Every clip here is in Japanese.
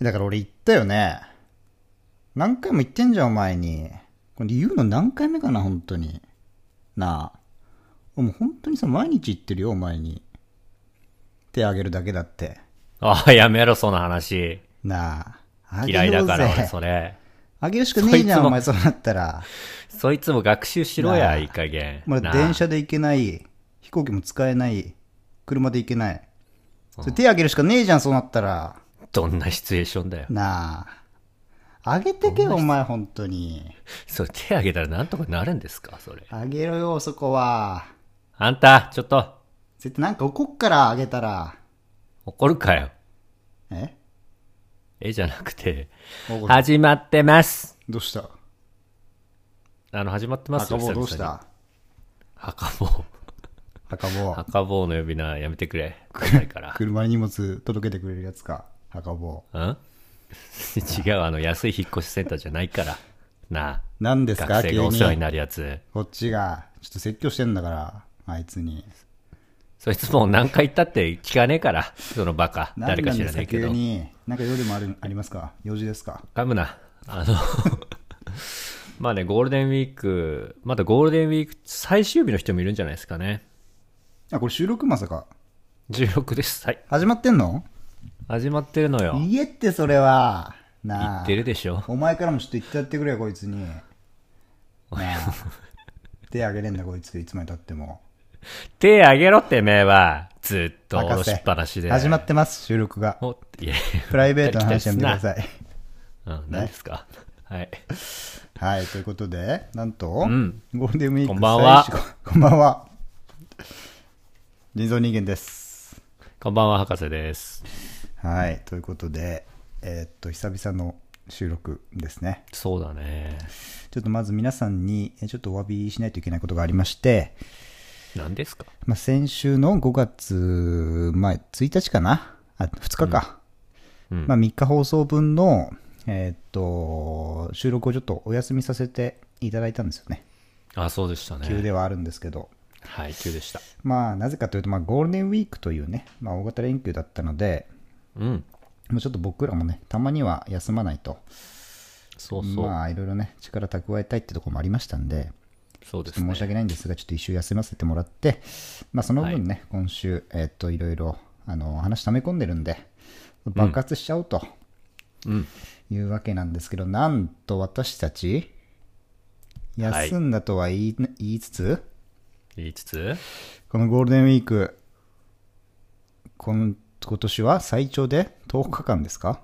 だから俺言ったよね。何回も言ってんじゃん、お前に。これ言うの何回目かな、本当に。なあ。もう本当にさ、毎日言ってるよ、お前に。手あげるだけだって。ああ、やめろ、その話。なあ。嫌いだから、あげよう俺、ぜそれ。あげるしかねえじゃそいつん、もお前そうなったら。そいつも学習しろなや、あいい加減。まあ、なあ電車で行けない、飛行機も使えない、車で行けない。それ手あげるしかねえじゃん、そうなったら。どんなシチュエーションだよ。なあ。あげてけよ、お前、本当に。それ手あげたらなんとかなるんですか、それ。あげろよ、そこは。あんた、ちょっと、絶対なんか怒っから、あげたら。怒るかよ。ええ、じゃなくて、怒る始まってます。どうしたあの、始まってます赤よ、坊久ど々うにした赤坊。赤坊。赤坊の呼び名やめてくれ。暗 いから。車に荷物届けてくれるやつか。赤坊。うん 違う、あの、安い引っ越しセンターじゃないから。な何であ、すか学生急がお世話にに。なるやつ。こっちが、ちょっと説教してんだから、あいつに。そいつもう何回言ったって聞かねえから、そのバカ。何誰かなん知でらすねかえけ急ど。に。なんか夜もあるありますか用事ですか噛むな。あの、 まあね、ゴールデンウィーク、まだゴールデンウィーク最終日の人もいるんじゃないですかね。あ、これ収録まさか。 16です。はい。始まってんの始まってるのよ。言えって、それは。言なあ。ってるでしょ。お前からもちょっと言ってやってくれよ、こいつに。な あ。手あげれんだ、こいつ。いつまでたっても。手あげろってめえは。ずっと下ろ博士しっぱなしで。始まっってます、収録が。おいや、プライベートの話やめてください。うん、何ですか。はい。 はい、ということで、なんと、んゴールデンウィークこんばんは最終。 こんばんは。人造人間です。こんばんは、博士です。はい、ということで、えーっと、久々の収録ですね。そうだね。ちょっとまず皆さんに、えちょっとお詫びしないといけないことがありまして、何ですかまあ、先週の5月、まあ、1日かなあ、2日か。うんまあ、3日放送分の、えーっと、収録をちょっとお休みさせていただいたんですよね。あ、そうでした急ね。ではあるんですけど。はい、急でした。まあ、なぜかというと、まあ、ゴールデンウィークというね、まあ、大型連休だったので、うん。まあちょっと僕らもね、たまには休まないと、そうそう。まあ、いろいろね、力蓄えたいってところもありましたんで、そうです申ねし。訳ないんですが、ちょっと一周休ませてもらって、まあ、その分ね、今週、えっと、いろいろ、あの、話溜め込んでるんで、爆発しちゃおうと、うん。いうわけなんですけど、なんと私たち、はい休んだとは言い,、言いつつ、言いつつ、 このゴールデンウィーク、この今年は最長で10日間ですか、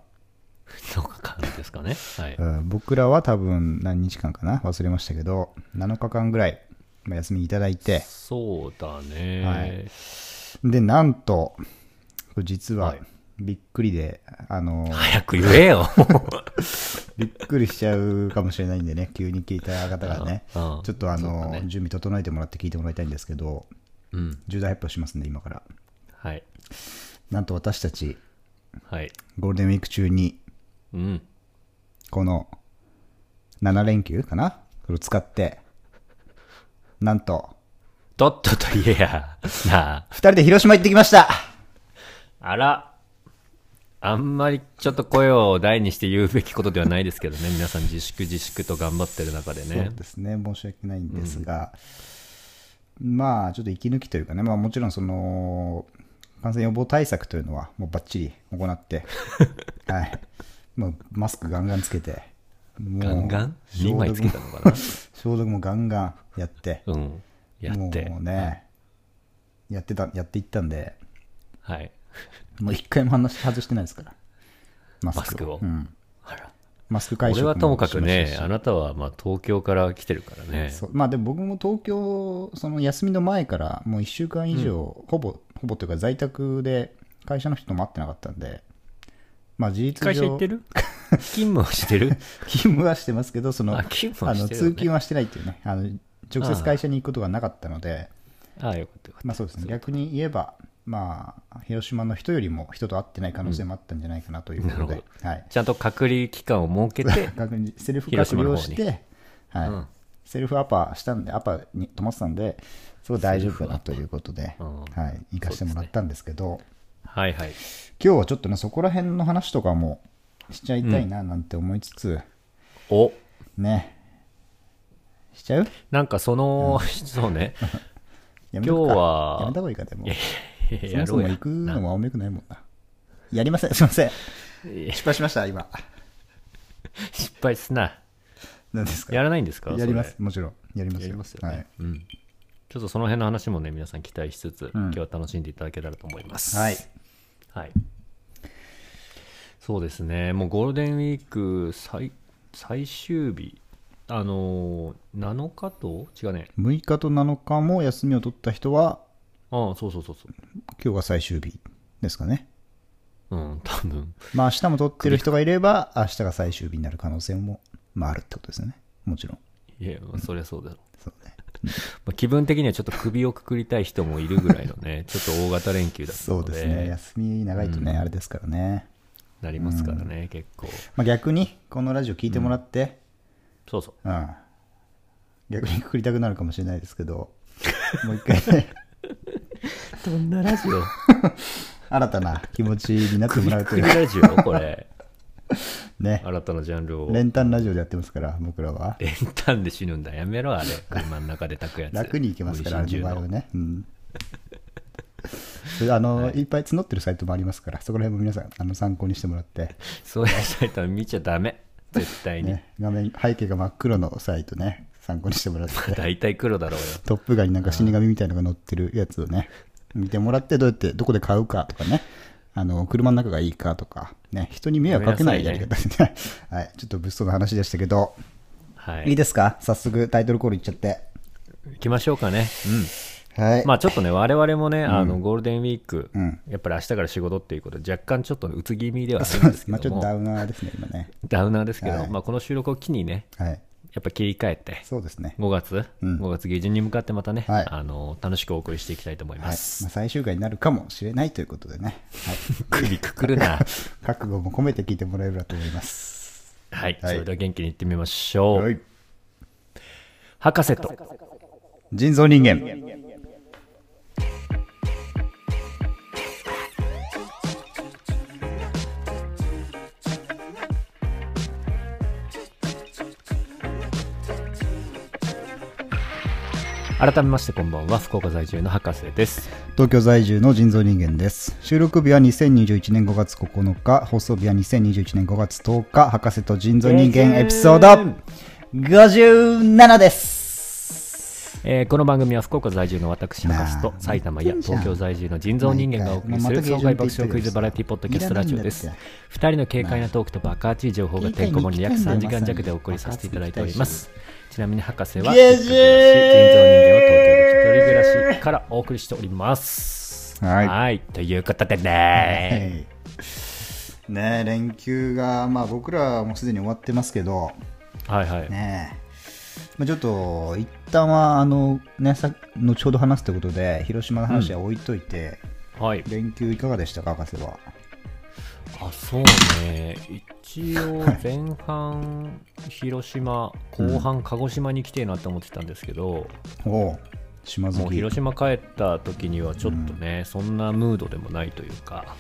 どうか感じですかね。はい。うん、僕らは多分何日間かな忘れましたけど、7日間ぐらいまあ休みいただいて、そうだね。はいで、なんと、これ実ははいびっくりで、あの、早く言 えよ。びっくりしちゃうかもしれないんでね、急に聞いた方がね、ちうんうょんっとあそうの、だね準備整えてもらって聞いてもらいたいんですけど、うん。重大発表しますんで、今から。はい。なんと私たち、はい。ゴールデンウィーク中に、うん。この7連休かなそれを使って、なんと、とっとと言えや。 な2人で広島行ってきましたあ。あら。あんまりちょっと声を大にして言うべきことではないですけどね。皆さん自粛自粛と頑張ってる中でねそう。ですね、申し訳ないんですが、まあ、ちょっと息抜きというかね、まあ、もちろんその、感染予防対策というのは、もうばっちり行 って、はい、もうマスクガンガンつけて、もうガンガン消毒 ?2 枚もつけたのかな消毒もガンガンやって、うん。やっても。うね、やってた、やっていったんで、はい。もう一回も話外してないですから。ママスクをうん、あら。マスク会俺食はともかくしましね、たしあなたはまあ東京から来てるからね。そうまあでも僕も東京、その休みの前からもう1週間以上、ほぼ、ほぼというか在宅で会社の人とも会ってなかったんで、まあ事実上、会社行ってる勤務をしてる勤務はしてますけど、その、あ勤務 あはしてるののね通勤はしてないっていうね、あの直接会社に行くことがなかったので、ああ、よかったよかった。まあそうですね、逆に言えば、まあ、広島の人よりも人と会ってない可能性もあったんじゃないかなということなでる、はい。、ちゃんと隔離期間を設けて 確認セルフ広隔離島のを方しにて、はいうんセルフアパしたんで、アパに泊まってたんで、すごい大丈夫かなということで、うんはい、行かせてもらったんですけど、はいはい。今日はちょっとね、そこら辺の話とかも、しちゃいたいななんて思いつつ、おね。しちゃうなんかその、そう ね。やめとくか今日はやめた方がいいか、でも。そやもそろうもや行くのもあんまよくないもんな。やりません、すい ません。いや失敗しました、今。失敗すな。何ですかやらないんですかやりまそす、もちろん。やりますよ。れやりますよね、はいうん。ちょっとその辺の話もね、皆さん期待しつつ、うん今日は楽しんでいただけたらと思います。はい。はい。そうですね、もうゴールデンウィーク最最終日、あのー、7日と違うね。 6日と7日も休みを取った人は、ああ、そうそうそうそ今日が最終日ですかね。う。うん、多分。まあ明日も取ってる人がいれば、明日が最終日になる可能性も、まああるってことですよね。もちろん。いや、まあそりゃそうだろう。そうね。まあ、気分的にはちょっと首をくくりたい人もいるぐらいのね、 ちょっと大型連休だったそのうで、ですね。休み長いとね、あれですからね。なりますからね、結構。まあ逆に、このラジオ聞いてもらって、そうそう。うん。逆にくくりたくなるかもしれないですけ ど、もう一回ね、どんなラジオ新たな気持ちになっても首らくうとくいりうラジオこれ。 ね。新たなジャンルを。練炭ラジオでやってますから、僕らは。練炭で死ぬんだ。やめろ、あれ。車の中で炊くやつ。楽にいけますから、あ森の進場中合のはね。うん。 あの、い、っぱい募ってるサイトもありますから、そこら辺も皆さん、あの、参考にしてもらって、そういうサイトは見ちゃダメ。絶対に。ね、画面、背景が真っ黒のサイトね、参考にしてもら って、大体黒だろうよ。トップガンになんか死神みたいのが載ってるやつをね、見てもらって、どうやって、どこで買うかとかね、あの、車の中がいいかとか、ね、人に迷惑かけないやり方でね、 はい、ちょっと物騒な話でしたけど、はいいい。ですか早速タイトルコールいっちゃって。行きましょうかね。うん。はい。まあちょっとね、我々もね、あの、ゴールデンウィークうん、やっぱり明日から仕事っていうことで、若干ちょっとうつ気味ではあるんです けまあちどょっとダも、ウナーですね、今ね。ダウナーですけはど、いまあこの収録を機にね、はい。やっぱ切り替えて、そうですね。 5月、うん5月下旬に向かってまたね、はいあの、楽しくお送りしていきたいと思いはい。ままあ、す。最終回になるかもしれないということでね。首 くくるなはい。。 覚悟も込めて聞いてもらえればと思います。はい。そはいれでは元気にいってみましょはう。い。博士と、人造人間。改めましてこんばんは、福岡在住の博士です。東京在住の人造人間です。収録日は2021年5月9日、放送日は2021年5月10日、博士と人造人間エピソード57です。えーこの番組は福岡在住の私博士となあ埼玉や言ってんじゃん東京在住の人造人間がお送りす毎る回まあま爽た快爆笑クイズバラエティポッドキャストラジオですいらないん2人の軽快なトークとバカ熱い情報がてんこ盛りに約3時間弱でお送りさせていただいておりますちなみに博士はゲー人ジ造人間を東京で一人暮らしからお送りしておりますはいということではねいねえ連休が、まあ、僕らはもうすでに終わってますけど、はいはい、ねえまあ、ちょっと一旦はあの、ね、さ後ほど話すということで広島の話は置いといて、はい連休いかがでしたか博士はあそうね一応前半広島後半鹿児島に来てえなと思ってたんですけど、おう島好もうき広島帰った時にはちょっとね、そんなムードでもないというか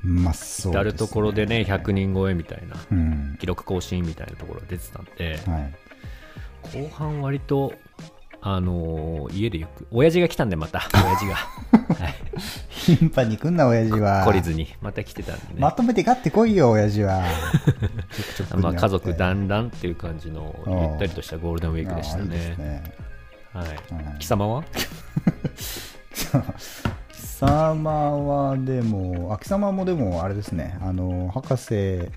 まあそう至ですねる所でね100人超えみたいなうん記録更新みたいなところが出てたんで、はい後半割とあのー家でよく親父が来たんで また親父が、はい、頻繁に来んな親父は懲りずにまた来てたんでね、まとめて勝ってこいよ親父 はちょくちょく来んなまあ、って家族団らんっていう感じのうんゆったりとしたゴールデンウィークでしたああいいですね。ねはうんい、貴様は貴様はでも、あ貴様もでもあれですね、あの博士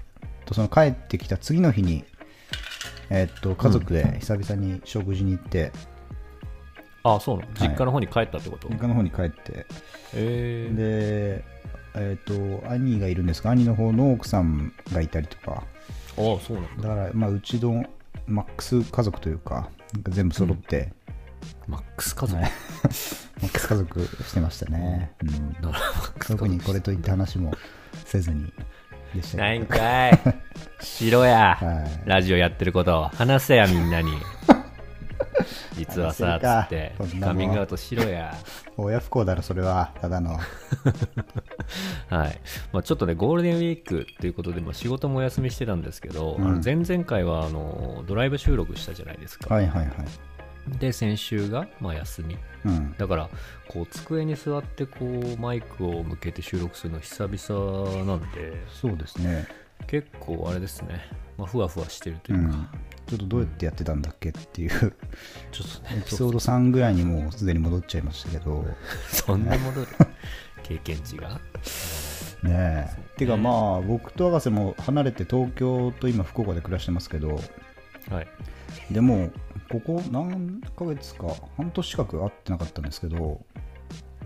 とその帰ってきた次の日に、えっと家族で久々に食事に行って、あそうなの実家の方に帰ったってこと、実家の方に帰って、えーで、えっと兄がいるんですが、兄の方の奥さんがいたりとか、あそうなんだだから、まあ、うちのマックス家族というか、なんか全部揃って、マックス家族、はいマックス家族してましたね。うんならマックス特家族にこれといった話もせずにでしたけど ないんかいしろや、はい ラジオやってることを話せやみんなに実実はさ、つってそん、なもカんミングアウトしろや。親不孝だろ、それ は。ただの。はいまあ、ちょっとね、ゴールデンウィークということで、まあ、仕事もお休みしてたんですけど、うんあの前々回はあのドライブ収録したじゃないですか、はいはいはい。で先週が、まあ、休み、うん。だからこう机に座ってこうマイクを向けて収録するの久々なんで、そうですね。結構あれですね、まあ、ふわふわしてるとういうか、ん。ちょっとどうやってやってたんだっけっていう、ちょっとエね、 ピソード3ぐらいにもうすでに戻っちゃいましたけど、そんな戻る経験値が。ねえ。てかまあ、僕と博士も離れて東京と今福岡で暮らしてますけど、はい、でも、ここ何ヶ月か、半年近く会ってなかったんですけど、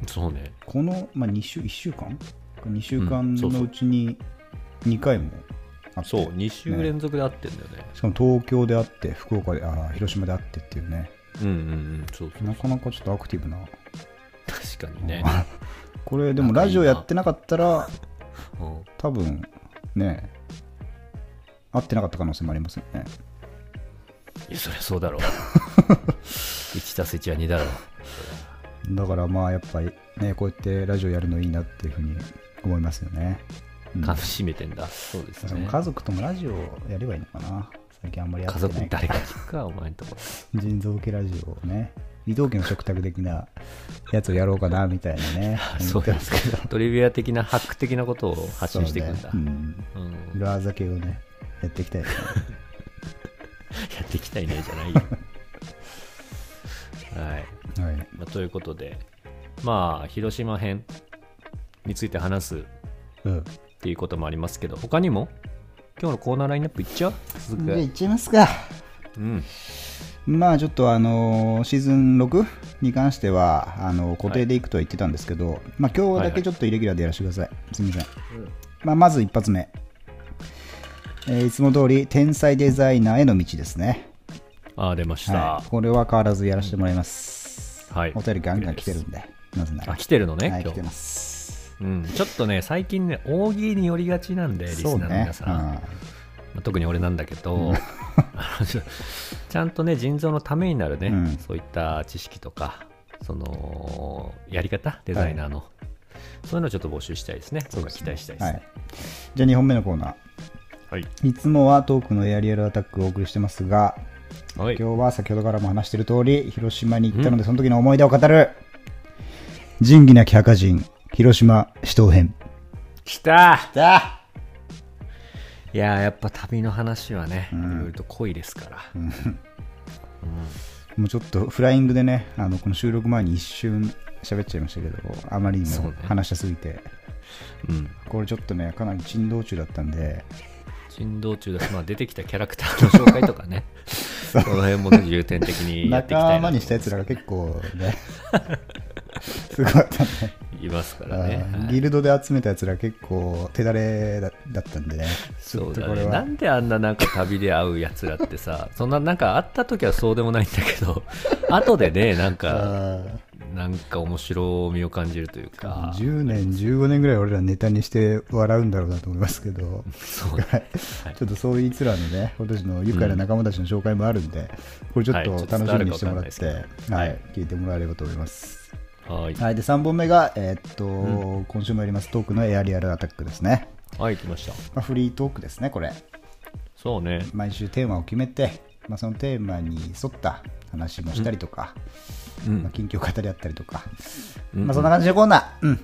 そうね、この、まあ、2週、1週間 ?2 週う間んそうそうのうちに2回も会って、そう、2週連続で会ってんだよね。しかも東京であって、福岡で、あー広島であってっていうね、うんうんうん、そうそうなかなかちょっとアクティブな。確かにね。 これ、でもラジオやってなかったら、うん多分ね、会ってなかった可能性もありますよね。いや、そりゃそうだろう。1たす1は2だろう。だからまあ、やっぱりね、こうやってラジオやるのいいなっていうふうに思いますよね。うん楽しめてんだ。そうですでもね。家族ともラジオやればいいのかな。最近あんまりやって家族ないに誰が聞くか、お前んとこ。、人造系ラジオをね、移動家の食卓的なやつをやろうかなみたいなね そ思うでってますけど。トリビア的なハック的なことを発信していくんだ。そうねうんうん、や裏技系をね、やってい きたいですね。っていきたいねじゃないよ。はい。はい。まあ、ということで、まあ、広島編について話すっうん。ていうこともありますけど、他にも、今日のコーナーラインナップいっちゃう鈴木じゃあいっちゃいますか。うん。まあちょっとあのーシーズン 6? に関してはあのー固定でいくとは言ってたんですけど、まあ今日だけちょっとイレギュラーでやらせてください、すみません、まあ、まず一発目、えーいつも通り天才デザイナーへの道ですね、ああ、出ました。はい、これは変わらずやらせてもらいます、はいお便りガンガン来てるんでなぜならあ、来てるのね、はい、今来日て。ますうん、ちょっとね、最近ね、大喜利に寄りがちなんで、リスナそーうのね皆、さん、まあ特に俺なんだけど、あのちょ ちゃんとね、腎臓のためになるね、うんそういった知識とか、そのやり方、デザイナーの、そういうのをちょっと募集したいですね、そう僕は期待したいですはねい。、じゃあ2本目のコーナはい、ーいつもはトークのエアリアルアタックをお送りしてますがはい、今日は先ほどからも話している通り広島に行ったのでその時の思い出を語る仁義なき墓人広島死闘編来ただいやー、やっぱ旅の話はね、いろいろと濃いですから、もうちょっとフライングでねあのこの収録前に一瞬喋っちゃいましたけどあまりにそうもね話したすぎて、うん、これちょっとねかなり珍道中だったんで振動中だし、まあ、出てきたキャラクターの紹介とか ね、その辺もね、重点的にやっていきた仲い間なとにしたやつらが結構ね すごかったね いますからね。あはーいギルドで集めたやつら結構手だれだだったんでねちそょっうとだこれね、はなんであんななんか旅で会うやつらってさ、そんななんか会った時はそうでもないんだけど、 後でね、なんか、あーなんか面白みを感じるというか、 10年、15年ぐらい俺らネタにして笑うんだろうなと思いますけど、 そうねちょっとそういういつらのね、俺たちの愉快な仲間たちの紹介もあるんで、これちょっはいちょっとと伝楽わしみるにかしてもらっわかんないてで、ははいい、聞いてもらえればと思います。はい、はい、で、3本目が、えーっと、今週もやりますトークのエアリアルアタックですね。はい、来ました。まあ、フリートークですね、これ。そうね、毎週テーマを決めて、まあ、そのテーマに沿った話もしたりとか、うんまあ、近況語り合ったりとか、うんまあ、そんな感じのコーナー、うん、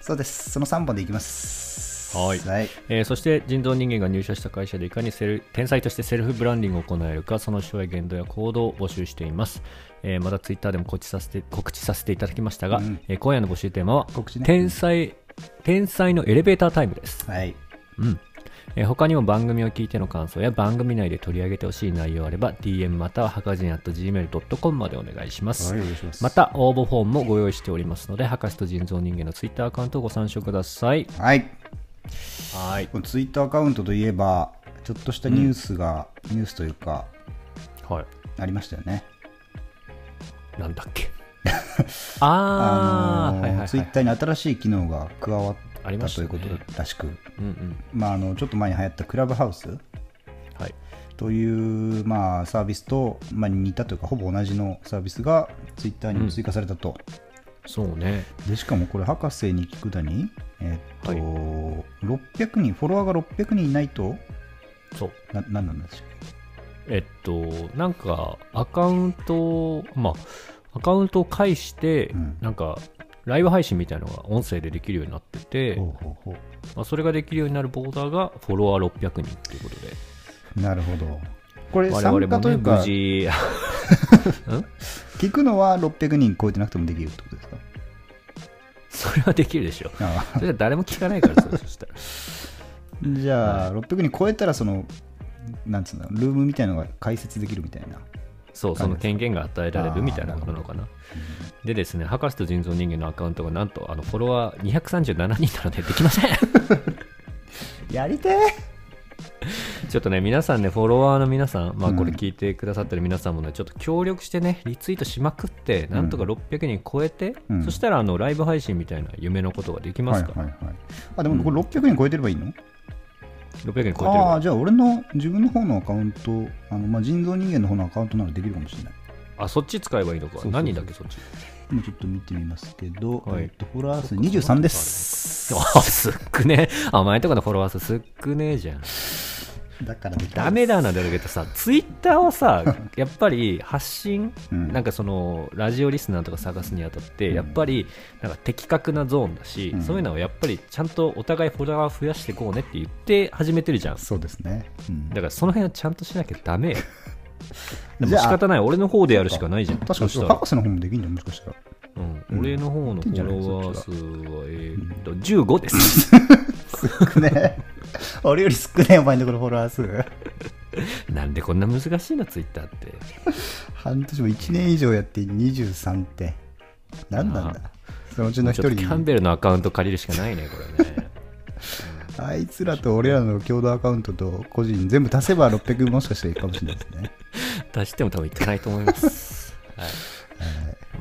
そうです、その3本でいきます。はいはいえーそして人造人間が入社した会社でいかにセル天才としてセルフブランディングを行えるかその人や言動や行動を募集しています、えーまたツイッターでも告知させて告知させていただきましたが、うんえー今夜の募集テーマは告知ね天才天才のエレベータータイムです、はい。うんえー他にも番組を聞いての感想や番組内で取り上げてほしい内容あれば DM またははかじん .gmail.com までお願いします、お願いしままた応募フォームもご用意しておりますので博士と人造人間のツイッターアカウントをご参照くださいはい。はいこのツイッターアカウントといえば、ちょっとしたニュースが、ニュースというか、はいありましたよね。なんだ っけああ、のーはいはいはいツイッターに新しい機能が加わっありたましとたいねうことらしく、うんうんまあ、あのちょっと前に流行ったクラブハウス、はい。という、まあ、サービスと、まあ、似たというかほぼ同じのサービスがツイッターにも追加されたと、そうね。でしかもこれ博士に聞くだに、えっと600人フォロワーが600人いないとそう。な何なんでしたっえっと、なんか、アカウントを、まあ、アカウントを介して、うんなんか、ライブ配信みたいなのが音声でできるようになってけて、ほうほうほまあ、それができるようになるボーダーがフォロワー600人ということで、うなるほどこれ我参々加もといね、うか、無事、 聞くのは600人超えてなくてもできるってことですかそれはできるでしょ。ああそれは誰も聞かないからさ、そしたら。じゃあ、600人超えたらそのなんつうのルームみたいのが開設できるみたいな、そう、その権限が与えられるみたいなことなのかな。でですね、博士と人造人間のアカウントがなんとあのフォロワー237人なのでできません。 やりてえちょっとね、皆さんね、フォロワーの皆さん、まあ、うんこれ聞いてくださってる皆さんもね、ちょっと協力してね、リツイートしまくって、なんとか600人超えて、うんそしたらあのライブ配信みたいな夢のことができますから、はいはいはい、あでもこれ600人超えてればいいの、 600人超えてるああじゃあ俺の自分の方のアカウントあの、まあ、人造人間の方のアカウントならできるかもしれないあそっち使えばいいのか、そうそうそう何人だっけ、そっち。今ちょっと見てみますけど、はいえっと、フォロワー数23ですあ、すっくねえ。あ、お前んとこのフォロワー数すっくねえじゃん。だからできないダメだな、だけどさ、ツイッターはさ、やっぱり発信、うんなんかそのラジオリスナーとか探すにあたって、うんやっぱりなんか的確なゾーンだし、うんそういうのをやっぱりちゃんとお互いフォロワー増やしていこうねって言って始めてるじゃん。だそうですね、うんからその辺はちゃんとしなきゃダメよ。でじもゃあ仕方ない、俺の方でやるしかないじゃん。確かにそしたら博士の方もできるんじゃんもしかしたらうんうん俺の方のフォロワー数は、えーっと、15です。少 ね俺より少ねえお前のこのフォロワー数なんでこんな難しいの、ツイッターって。半年も1年以上やって23って何なんだそのうちのもう一ちょっ人とキャンベルのアカウント借りるしかないね、これね。あいつらと俺らの共同アカウントと個人全部足せば600もしかしたらいくかもしれないですね出しても多分いかないと思います。 はい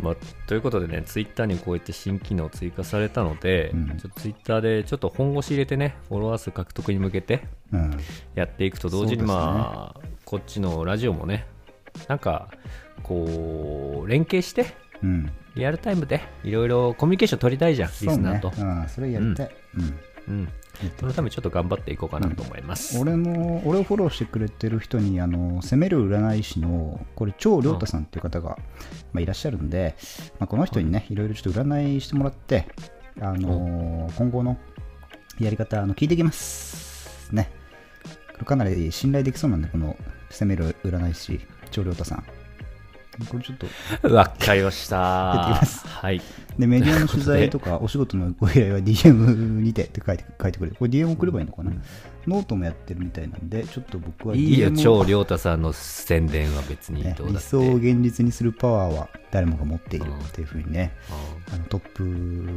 まあ、ということでね、ツイッターにこうやって新機能追加されたので、うんちょっとツイッターでちょっと本腰入れてね、フォロワー数獲得に向けてうんやっていくと同時に、そうですねまあ、こっちのラジオもね、なんか、こう、連携して、うんリアルタイムでいろいろコミュニケーション取りたいじゃん、リスナーと。そうね、うん、それやりたい、うんうん。そのためちょっと頑張っていこうかなと思います。俺の俺をフォローしてくれてる人にあの攻める占い師のこれ張亮太さんっていう方が、まあ、いらっしゃるんで、まあ、この人にねいろいろちょっと占いしてもらってあのー今後のやり方あの聞いていきますねこれかなり信頼できそうなんでこの攻める占い師張亮太さんこれちょっとわかりました。やってきますはい。でメディアの取材と かお仕事のご依頼は DM にてって書いて書いてくれるこれ DM 送ればいいのかな、ノートもやってるみたいなんでちょっと僕はいいよ、 DM 超を亮太さんの宣伝は別にねどうだ理って。想を現実にするパワーは誰もが持っているっていうふうにね、あのトッ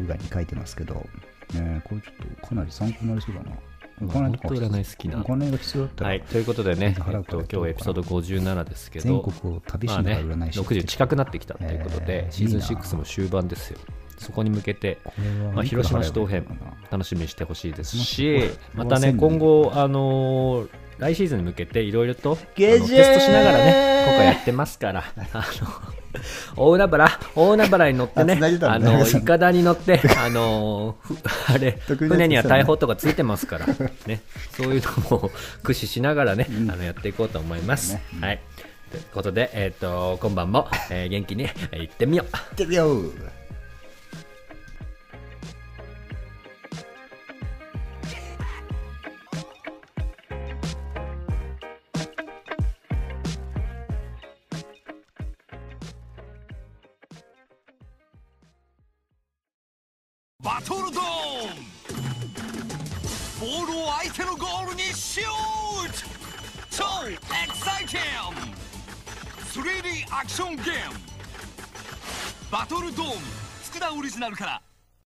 プがに書いてますけど、ね、これちょっとかなり参考になりそうだな。まあお金とか本当占い好きなお金が必要だったら、はい、ということでね、え払うっこととが今日エピソード57ですけど、全国を旅しまなあがねら占い師って60近くなってきたということで、えーシーズンいいな6も終盤ですよ。そこに向けてこれは、まあ、いくら広払えば島市東編いいのかな、楽しみにしてほしいですもしし、またね、これは今後、あのー来シーズンに向けていろいろとあのゲテジェーストしながらね、今回やってますから、あの大海原、大海原に乗ってねあ繋いで、たあんだね の、イカダに乗って、あの、ふあ得意なれ、やつですよね船には大砲とかついてますから、ね、そういうのも駆使しながらね、あの、やっていこうと思います。はい。ということで、えっと、今晩も、えー元気にえー行ってみよう。行ってみようバトルドーンボールを相手のゴールにシュート超エキサイティング 3D アクションゲームバトルドーム福田オリジナルから